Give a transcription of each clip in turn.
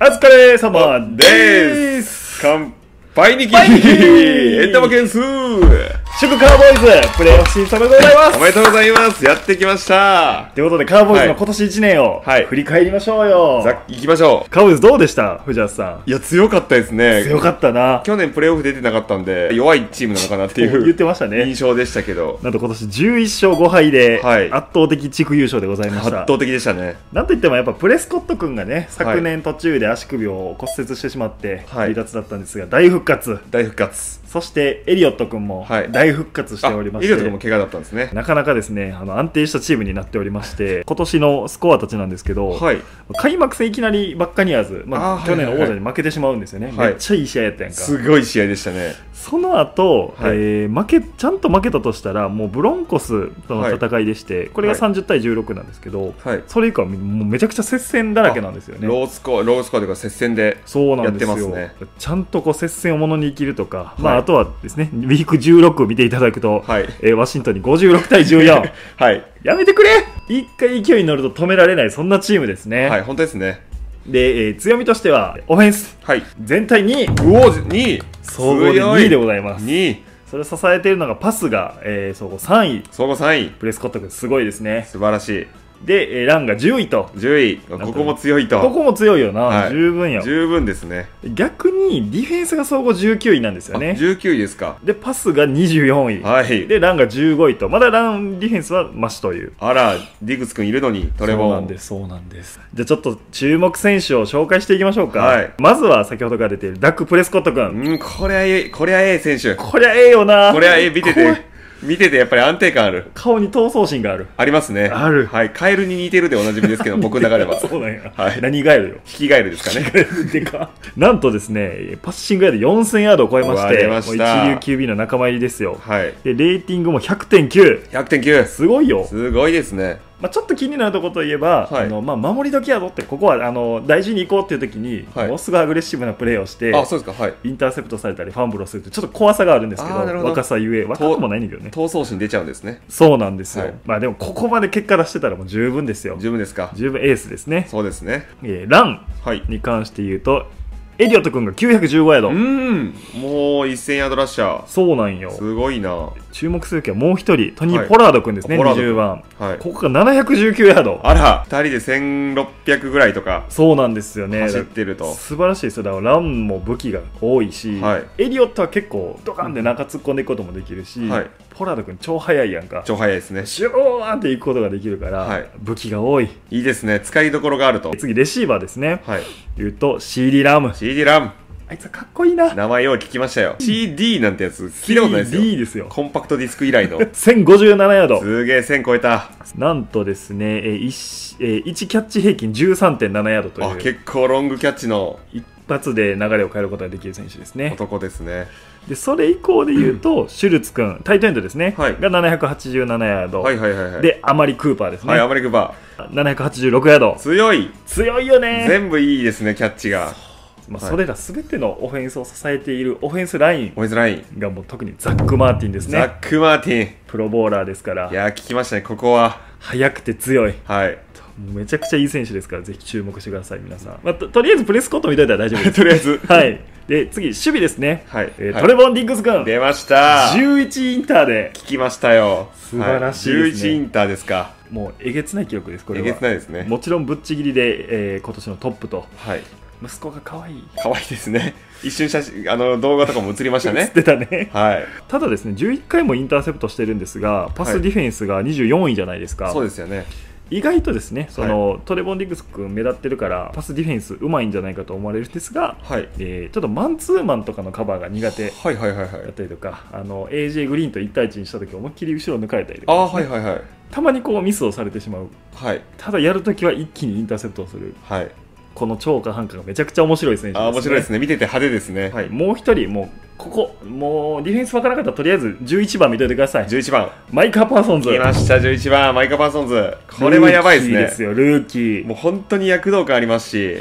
お疲れ様でですす乾杯にき杯にきエンタマ件数祝カーボーイズプレーオフシーズンおめでとうございますおめでとうございますやってきましたということで、カーボーイズの今年1年をはい振り返りましょうよ。さ行きましょカーボーイズどうでした藤原さういや強かったですん。ね強かったな。去年プレーオフ出てなかったんで弱いチームなのかなってい言ってうました印ね。象でしたけどなんと今年11勝5敗ではい圧倒的地区優勝でございまし圧た。倒的でしたねなんといってもやっぱプレスコット君がね、昨年途中で足首を骨折してしまってはい離脱だったんですが、大復活。大復活そしてエリオット君もはい大復活してあおりま医し療とかもて。怪我だったんですねなかなかですねあの安定したチームになっておりま して今年のスコアたちなんですけど、はい開幕戦いきなりバッカニアーズ、まああー去年のはい王はいはい者に負けてしまうんですよね、はいめっちゃいい試合やったやんか、すごい試合でしたねその後、はいえー負けちゃんと負けたとしたらもうブロンコスとの戦いでして、これがはい30対16なんですけど、はいそれ以降はもうめちゃくちゃ接戦だらけなんですよね。ロースコアロースコアというか接戦でそうなんですよやってますちゃんとこう接戦をものに生きるとか、まあ、はいあとはですねウィーク16を見ていただくと、はいえーワシントンに56対14はいやめてくれ一回勢いに乗ると止められないそんなチームですね、はい本当ですねで、えー強みとしてはオフェンスはいう全体2位お2位総合で2位でございます2位それを支えているのがパスが、えー、総合3位総合3位プレスコット君すごいですね素晴らしいで、えーランが10位と10位ここも強いとここも強いよな、はい十分よ十分ですね逆にディフェンスが総合19位なんですよあね19位ですかでパスが24位、はいでランが15位とまだランディフェンスはマシというあらディグス君いるのにトレボそーンうなんですそうなんですじゃあちょっと注目選手を紹介していきましょうか、はいまずは先ほどから出ているダック・プレスコット君うんこれはええこれはええ選手こりゃええよなこれはええ見てこてう見ててやっぱり安定感ある顔に闘争心があるありますねあるはいカエルに似てるでおなじみですけど僕の中では そうなんや、はい何ガエルよ ヒキガエルですかねでかなんとですねパッシングヤード4000ヤードを超えまし超てえましたもう一流 QB の仲間入りですよはいでレーティングも100.9 100.9すごいよ、すごいですねまあ、ちょっと気になるところといえば、はいあのまあ、守り時やぞってここはあの大事に行こうっていう時に、はいものすごいアグレッシブなプレーをしてあそうですかはいインターセプトされたりファンブルをするってちょっと怖さがあるんですけどあーなるほど若さゆえ若くもないんだけどね闘争心出ちゃうんですねそうなんですよ、はいまあでもここまで結果出してたらもう十分ですよ十分ですか十分エースですね、そうですねえーランはいに関して言うとエリオット君が915ヤードうんもう1000ヤードラッシャーそうなんよすごいなは注目するきはもう一人トニはー・いポラード君ですね、ポラード君20番いここが719ヤードあら2人で1600ぐらいとかそうなんですよね走ってると素晴らしいですよだからランも武器が多いし、はいエリオットは結構ドカンで中突っ込んでいくこともできるし、はいポラード君超速いやんか超速いですねシューンっていくことができるから、はい武器が多いいいですね使いどころがあると次レシーバーですねはい言うと CD ラム CD ランあいつはかっこいいな名前よう聞きましたよ CD なんてやつ聞いたことないですよ CD ですよコンパクトディスク以来の1057ヤードすげえ1000超えたなんとですね、えー 1, えー一キャッチ平均13.7ヤードといあう結構ロングキャッチの一発で流れを変えることができる選手ですね男ですねでそれ以降で言うと、シュルツ君タイトエンドですね、はいが787ヤード、はいはいはいはいでアマリ・クーパーですね、はいアマリクバ786ヤードー強い強いよね、全部いいですねキャッチがまあ、はいそれらすべてのオフェンスを支えているオフェンスラインオフェンスラインがもう特にザック・マーティンですザねック・マーティンプロボーラーですからいやー聞きましたねここは速くて強いはいもうめちゃくちゃいい選手ですからぜひ注目してください皆さん、まあ、ととりあえずプレスコット見といたら大丈夫です とりあ えずはいで次守備ですね、はいえーはいトレボン・ディンクス君出ました11インターで聞きましたよ素晴らしいですねはい11インターですかもうえげつない記録ですこれえはげつないですねもちろんぶっちぎりで、えー今年のトップとはい息子が可愛い可愛いですね一瞬写真あの動画とかも映りました 映っねてたねはいただですね11回もインターセプトしてるんですがパスディフェンスが24位じゃないですか、そうですよね意外とですねその、トレボン・ディグス君目立ってるからパスディフェンスうまいんじゃないかと思われるんですが、はいえーちょっとマンツーマンとかのカバーが苦手はいはいはいはだっいたりとかあの AJ グリーンと1対1にした時思いっきり後ろ抜かれたりとあかあーはいはいはいたまにこうミスをされてしまうはいただやるときは一気にインターセプトをするはいこの超過半過がめちゃくちゃ面白い選手です、ね、あー面白いですね見てて派手ですねはいもう一人、もうここ、もうディフェンス分からなかったらとりあえず11番見といてください。 11番マイカー・パーソンズ。来ました11番マイカ・パーソンズこれはやばいですねルーキーですよ、ルーキー。もう本当に躍動感ありますし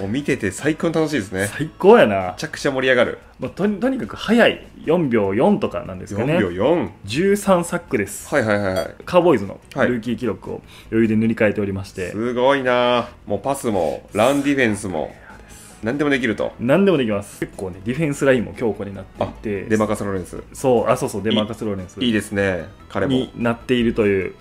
もう見てて最高に楽しいですね最高やなめ。ちゃくちゃ盛り上がるもうとにとにかく早い。4秒4とかなんですかね。 4秒4 13サックです。はいはいはいはいカーボーイズのはいルーキー記録を余裕で塗り替えておりまして。すごいなもうパスもランディフェンスもます何でもできると。何でもできます結構ねディフェンスラインも強固になっていあ、てデマカスロレンス。そうあそうそうデマーカス・ローレンスいいですね、彼もに。なっているという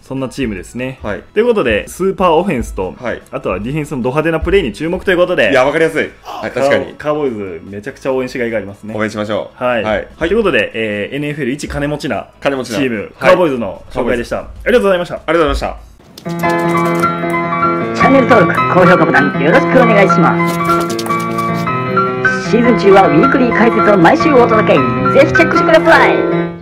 そんなチームですね、はい。ということでスーパーオフェンスと、はい。あとはディフェンスのド派手なプレーに注目ということでいや、わかりやすい。はい、確かに。カーボカーボーイズめちゃくちゃ応援しがいがありますね応援しましょう。はい、はい。ということで、えー NFL 一金持ちな金持ちチなーム、はいカーボーイズの紹介でしたありがとうございましたありがとうございました。チャンネル登録、高評価ボタンよろしくお願いします。シーズン中はウィークリー解説を毎週お届け、ぜひチェックしてください。